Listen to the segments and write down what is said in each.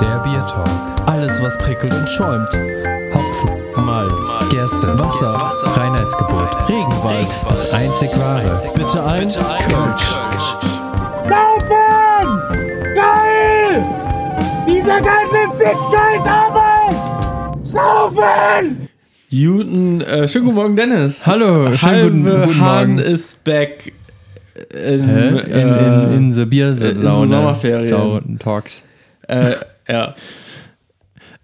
Der Talk. Alles, was prickelt und schäumt. Hopfen, Malz, Gerste, Wasser, Reinheitsgebot, Regenwald, das einzig wahre. Bitte ein Kölsch. Saufen! Geil! Diese ganze Fick-Scheiß-Arbeit! Saufen! Guten, äh, schönen guten Morgen, Dennis. Hallo, schönen Halbe guten, guten Hahn Morgen. ist back. In, äh, Hä? In, in, in the Bier in the Sommerferien. Talks. äh, äh, ja,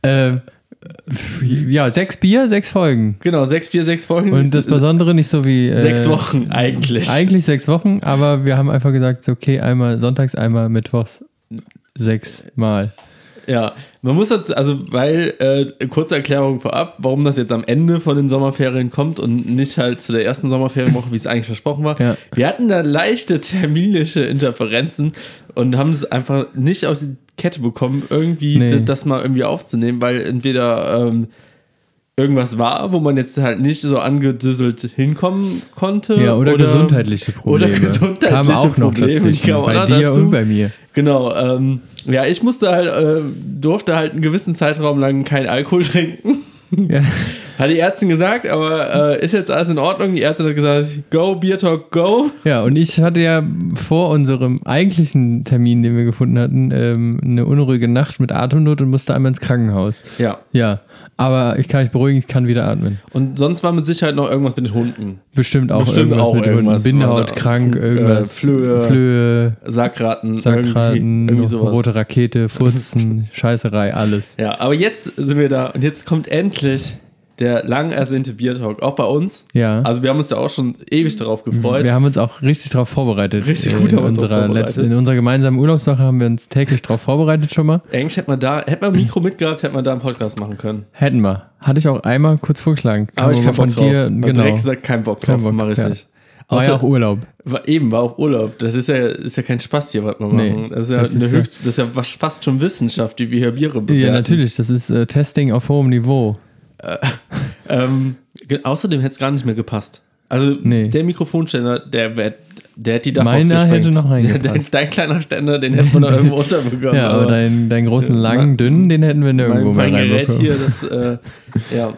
Ähm, ja, sechs Bier, sechs Folgen. genau, sechs, vier, sechs Folgen. Und das Besondere nicht so wie. Äh, sechs Wochen eigentlich. Eigentlich sechs Wochen, aber wir haben einfach gesagt, so, okay, einmal sonntags, einmal mittwochs, sechs Mal. Ja, man muss dazu, also weil, äh, kurze Erklärung vorab, warum das jetzt am Ende von den Sommerferien kommt und nicht halt zu der ersten Sommerferienwoche, wie es eigentlich versprochen war. Ja. Wir hatten da leichte terminische Interferenzen und haben es einfach nicht aus die Kette bekommen, irgendwie Nee. d- das mal irgendwie aufzunehmen, weil entweder ähm, irgendwas war, wo man jetzt halt nicht so angedüsselt hinkommen konnte. Ja, oder, gesundheitliche Probleme. Oder gesundheitliche Kamen auch noch Probleme, die dazwischen. kamen auch bei noch dir dazu. und bei mir. Genau, ähm, ja, ich musste halt, äh, durfte halt einen gewissen Zeitraum lang keinen Alkohol trinken. Ja. Hat die Ärztin gesagt, aber äh, ist jetzt alles in Ordnung. Die Ärztin hat gesagt, go, Beer Talk, go. ja, und ich hatte ja vor unserem eigentlichen Termin, den wir gefunden hatten, ähm, eine unruhige Nacht mit Atemnot und musste einmal ins Krankenhaus. Ja. Ja, aber ich kann mich beruhigen, ich kann wieder atmen. Und sonst war mit Sicherheit noch irgendwas mit den Hunden. Bestimmt auch Bestimmt irgendwas auch mit irgendwas. Hunden. Bindehaut, Oder krank, Fl- äh, irgendwas. Flöhe. Flöhe, Sackratten, Sackraten, irgendwie, irgendwie sowas. rote Rakete, Furzen, Scheißerei, alles. Ja, aber jetzt sind wir da und jetzt kommt endlich der lang ersehnte Beer Talk, auch bei uns. Ja. Also wir haben uns ja auch schon ewig darauf gefreut. Wir haben uns auch richtig darauf vorbereitet. Richtig gut in haben wir uns auch unserer, vorbereitet. letzten, in unserer gemeinsamen Urlaubswoche haben wir uns täglich darauf vorbereitet schon mal. Eigentlich hätte man da, hätte man ein Mikro mitgehabt, hätte man da einen Podcast machen können. Hätten wir. Hatte ich auch einmal kurz vorgeschlagen. Kam Aber ich keinen Bock von drauf. dir, Hab genau. direkt gesagt, kein Bock Kein drauf, Bock, mache ich ja. nicht. War ja Außer- auch Urlaub. War, eben, war auch Urlaub. Das ist ja, ist ja kein Spaß hier, was wir Nee, machen. Das ist ja, das eine ist ja- höchst, das ist ja was- fast schon Wissenschaft, wie wir hier Biere bewerten. Ja, natürlich. Das ist äh, Testing auf hohem Niveau. Ähm, ge- außerdem hätte es gar nicht mehr gepasst. Also Nee. der Mikrofonständer, der wär- der hätte die Dachbox Meiner hätte gesprengt. noch reingepasst. Der- der- Dein kleiner Ständer, den hätten wir noch irgendwo unterbekommen. Ja, aber deinen, deinen großen, langen, mein- dünnen, den hätten wir nirgendwo mein, mein mehr Gerät reinbekommen. hier, das, äh, ja.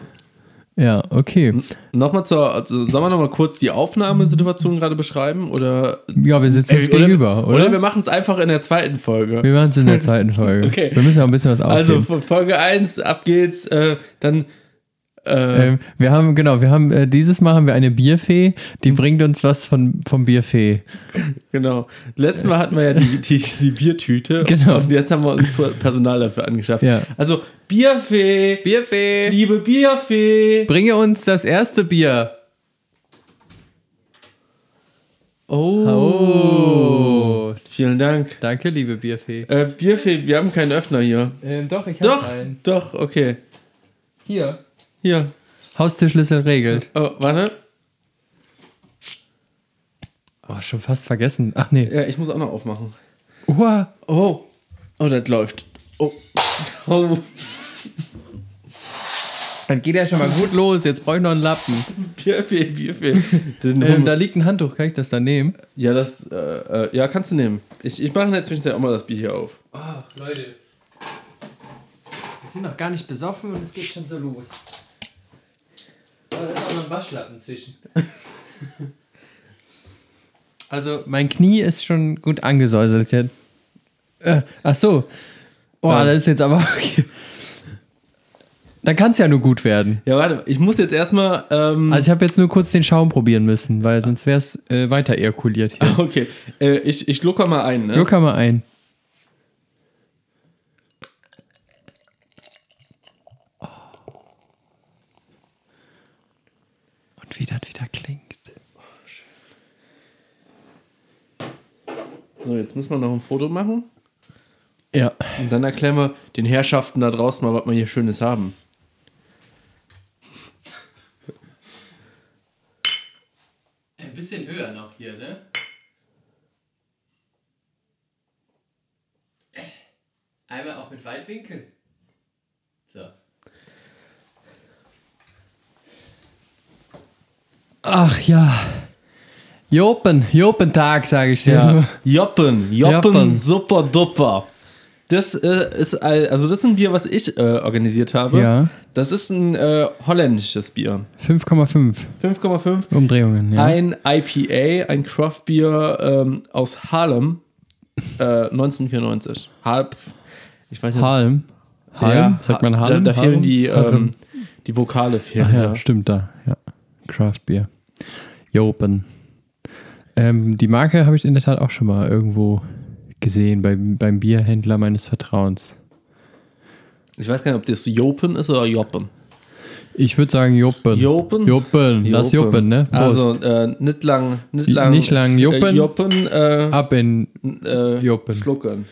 Ja, okay. Nochmal zur, also, sollen wir nochmal kurz die Aufnahmesituation gerade beschreiben? Oder, Ja, wir sitzen Ey, uns gegenüber, oder? wir machen es einfach in der zweiten Folge. wir machen es in der zweiten Folge. Okay. Wir müssen ja ein bisschen was aufnehmen. Also von Folge 1, ab geht's, äh, dann äh, Ähm, wir haben, genau, wir haben, äh, dieses Mal haben wir eine Bierfee, die bringt uns was von, vom Bierfee. genau. Letztes Mal hatten wir ja die, die, die Biertüte Genau. und jetzt haben wir uns Personal dafür angeschafft. Ja. Also Bierfee, Bierfee! liebe Bierfee. Bringe uns das erste Bier. Oh, Oh. vielen Dank. Danke, liebe Bierfee. Äh, Bierfee, wir haben keinen Öffner hier. Ähm, doch, ich Doch, doch, okay. Hier. Hier, Haustischlüssel regelt. oh, warte. Oh, schon fast vergessen. Ach nee. Ja, ich muss auch noch aufmachen. Uah. Äh, Oh, oh, das läuft. Oh, oh. Dann geht ja schon mal gut los. Jetzt brauche ich noch einen Lappen. Bierfee, Bierfee. Den Ähm, da liegt ein Handtuch. Kann ich das dann nehmen? Ja, das, äh, äh, ja, kannst du nehmen. Ich, ich mache in der Zwischenzeit auch mal das Bier hier auf. Ach, Ah, Leute. Wir sind noch gar nicht besoffen und es geht schon so los. Da ist auch noch ein Waschlappen zwischen. Also, mein Knie ist schon gut angesäuselt jetzt. Äh, ach so. Oh, Ja. das ist jetzt aber. Okay. Dann kann es ja nur gut werden. Ja, warte, ich muss jetzt erstmal, ähm, Also, ich habe jetzt nur kurz den Schaum probieren müssen, weil sonst wäre es äh, weiter ejakuliert hier. okay, äh, ich, ich glucker mal ein, ne? Glucker mal ein. Und wie das wieder klingt. So, jetzt müssen wir noch ein Foto machen Ja. und dann erklären wir den Herrschaften da draußen mal, was wir hier Schönes haben. Ein bisschen höher noch hier, ne? Äh, Einmal auch mit Weitwinkel. So. Ach ja. Jopen, Jopentag, sage ich dir. Ja. Joppen, Joppen, Joppen. super duper. Das äh, ist all- also das ist ein Bier, was ich äh, organisiert habe. Ja. Das ist ein äh, holländisches Bier. 5,5 5,5. Umdrehungen, ja. Ein IPA, ein Craft Beer ähm, aus Harlem äh, 1994. Halb. Ich weiß nicht. Halm. Halm? Ja, Sagt man Ha- Halm? Da, da fehlen Halm? die, ähm, Halm. die Vokale fehlen. Ach ja, ja. stimmt da. Ja. Craft Beer. Jopen. Ähm, die Marke habe ich in der Tat auch schon mal irgendwo gesehen, beim, beim Bierhändler meines Vertrauens. Ich weiß gar nicht, ob das Jopen ist oder Joppen. Ich würde sagen Jopen. Jopen? Jopen. Lass Jopen, ne? Also äh, nicht lang, nicht N- lang, nicht lang Jopen. Äh, Jopen, äh, Ab in. äh, Jopen. schlucken.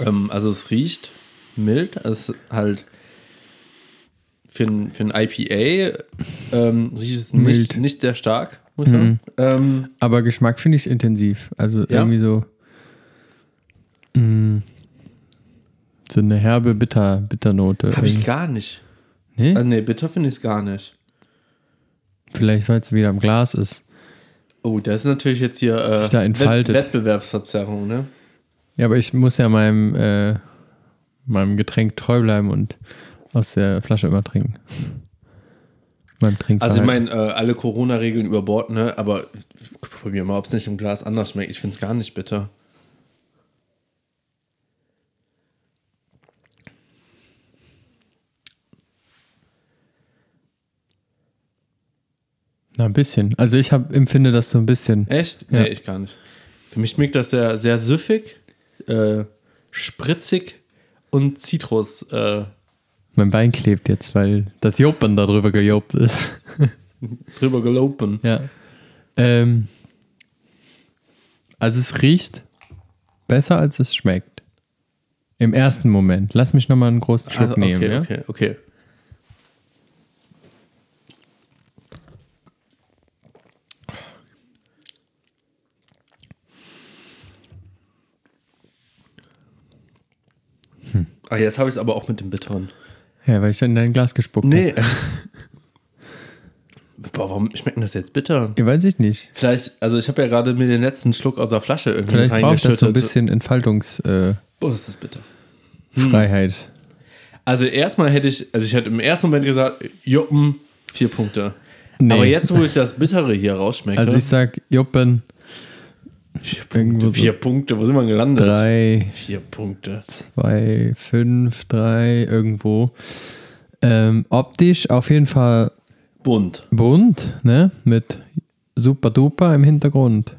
Ähm, also es riecht mild, es ist halt für ein, für ein IPA ähm, riecht es nicht, Mild. Mhm. nicht sehr stark, muss ich sagen. Ähm, Aber Geschmack finde ich intensiv. Also Ja. irgendwie so. Mm, so eine herbe Bitter, Bitternote. Habe Ähm, ich irgendwie. gar nicht. nee? Also, nee, bitter finde ich es gar nicht. Vielleicht, weil es wieder im Glas ist. Oh, das ist natürlich jetzt hier äh, Sich da entfaltet. Wett- Wettbewerbsverzerrung, ne? Ja, aber ich muss ja meinem, äh, meinem Getränk treu bleiben und aus der Flasche immer trinken. Meinem Trinken. Also ich meine, äh, alle Corona-Regeln über Bord, ne? Aber probier mal, ob es nicht im Glas anders schmeckt. Ich finde es gar nicht bitter. Na, ein bisschen. Also ich hab, empfinde das so ein bisschen. Echt? Ja. Nee, ich gar nicht. Für mich schmeckt das sehr, sehr süffig, äh, spritzig und Zitrus. Äh, Mein Bein klebt jetzt, weil das Jopen darüber gejobt ist. drüber gelopen. Ja. Ähm, also es riecht besser, als es schmeckt. Im ersten Moment. Lass mich nochmal einen großen Schluck Ah, okay, nehmen. Ja? okay, okay. Ah, jetzt habe ich es aber auch mit dem Bittern. ja, weil ich in dein Glas gespuckt habe. Nee. Boah, warum schmeckt denn das jetzt bitter? Ja, weiß ich nicht. Vielleicht, also ich habe ja gerade mir den letzten Schluck aus der Flasche irgendwie Vielleicht braucht das so ein reingeschüttet. bisschen Entfaltungsfreiheit. Boah, ist das bitter. Äh, Hm. Freiheit. Also erstmal hätte ich, also ich hätte im ersten Moment gesagt, Juppen, vier Punkte. Nee. Aber jetzt, wo ich das Bittere hier rausschmecke, Also ich sag, Joppen, vier, irgendwo Punkte, so- vier Punkte, wo sind wir gelandet? 3, Vier Punkte. 2, 5, 3, irgendwo. Ähm, optisch auf jeden Fall Bunt. bunt, ne? Mit Super Duper im Hintergrund.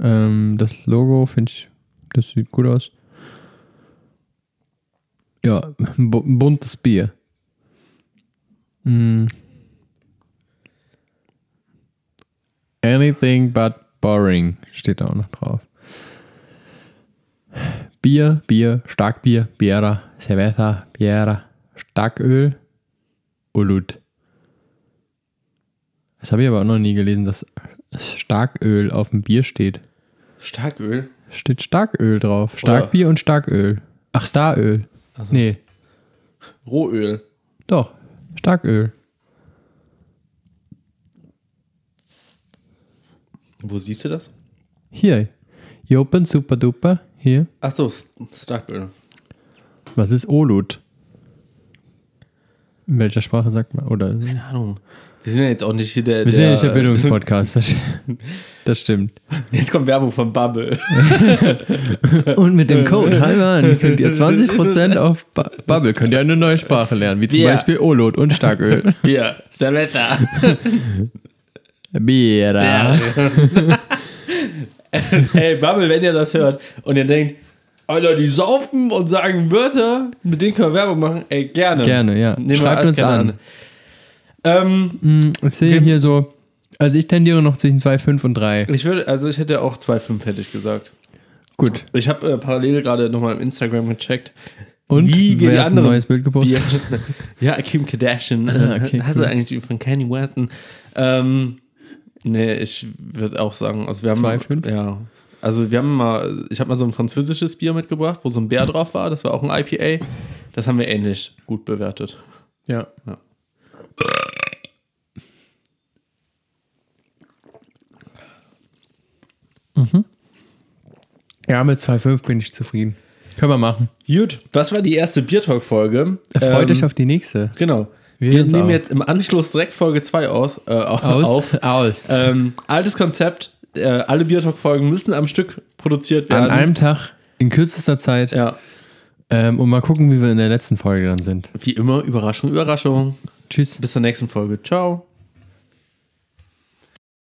Ähm, das Logo finde ich, das sieht gut aus. Ja, ein bu- ein buntes Bier. Mm. Anything but boring steht da auch noch drauf. Bier, Bier, Starkbier, Biera, Cerveza, Biera, Starköl, Olut. Das habe ich aber auch noch nie gelesen, dass Starköl auf dem Bier steht. Starköl. Steht Starköl drauf. Starkbier und Starköl. Ach, Staröl. Nee, Rohöl. doch. Starköl. Wo siehst du das? Hier. Jopen, super duper. Hier. Achso, Starköl. Was ist Olut? In welcher Sprache sagt man? Oder? Wir Keine Ahnung. Wir sind ja jetzt auch nicht hier der. sind ja der- nicht der Bildungspodcast. Das, das stimmt. Jetzt kommt Werbung von Bubble. Und mit dem Code Heimann könnt ihr 20% auf Bu- Bubble. Könnt ihr eine neue Sprache lernen. Wie zum Bier. Beispiel Olut und Starköl. Bier. Servetta. Biera. Ey, Bubble, wenn ihr das hört und ihr denkt, Alter, die saufen und sagen Wörter, mit denen können wir Werbung machen. Ey, gerne. Gerne, ja. Nehmen wir Schreibt alles uns gerne an. Ähm, Mm, Ich sehe hier so, also ich tendiere noch zwischen 2, 5 und 3. ich würde, also ich hätte auch 2,5 hätte ich gesagt. Gut. Ich habe äh, parallel gerade nochmal im Instagram gecheckt. Und Wie wir wer die hat ein anderen neues Bild gepostet? Bier. ja, Kim Kardashian. äh, Ah, okay, okay, Hast cool. du eigentlich die von Kanye West? Ähm, nee, ich würde auch sagen, also wir haben. Zwei, fünf? Ja. Also wir haben mal, ich habe mal so ein französisches Bier mitgebracht, wo so ein Bär drauf war. Das war auch ein IPA. Das haben wir ähnlich gut bewertet. Ja. Ja. Mhm. Ja, mit 2,5 bin ich zufrieden. Können wir machen. Gut, das war die erste Biertalk-Folge. Freut Ähm, euch auf die nächste. Genau. Wir Wir, uns nehmen auch. jetzt im Anschluss direkt Folge 2 aus, äh, au- auf. aus. Ähm, altes Konzept. Äh, alle Biertalk-Folgen müssen am Stück produziert werden. An einem Tag, in kürzester Zeit. Ja. Ähm, und mal gucken, wie wir in der letzten Folge dann sind. Wie immer, Überraschung, Überraschung. Tschüss. Bis zur nächsten Folge. Ciao.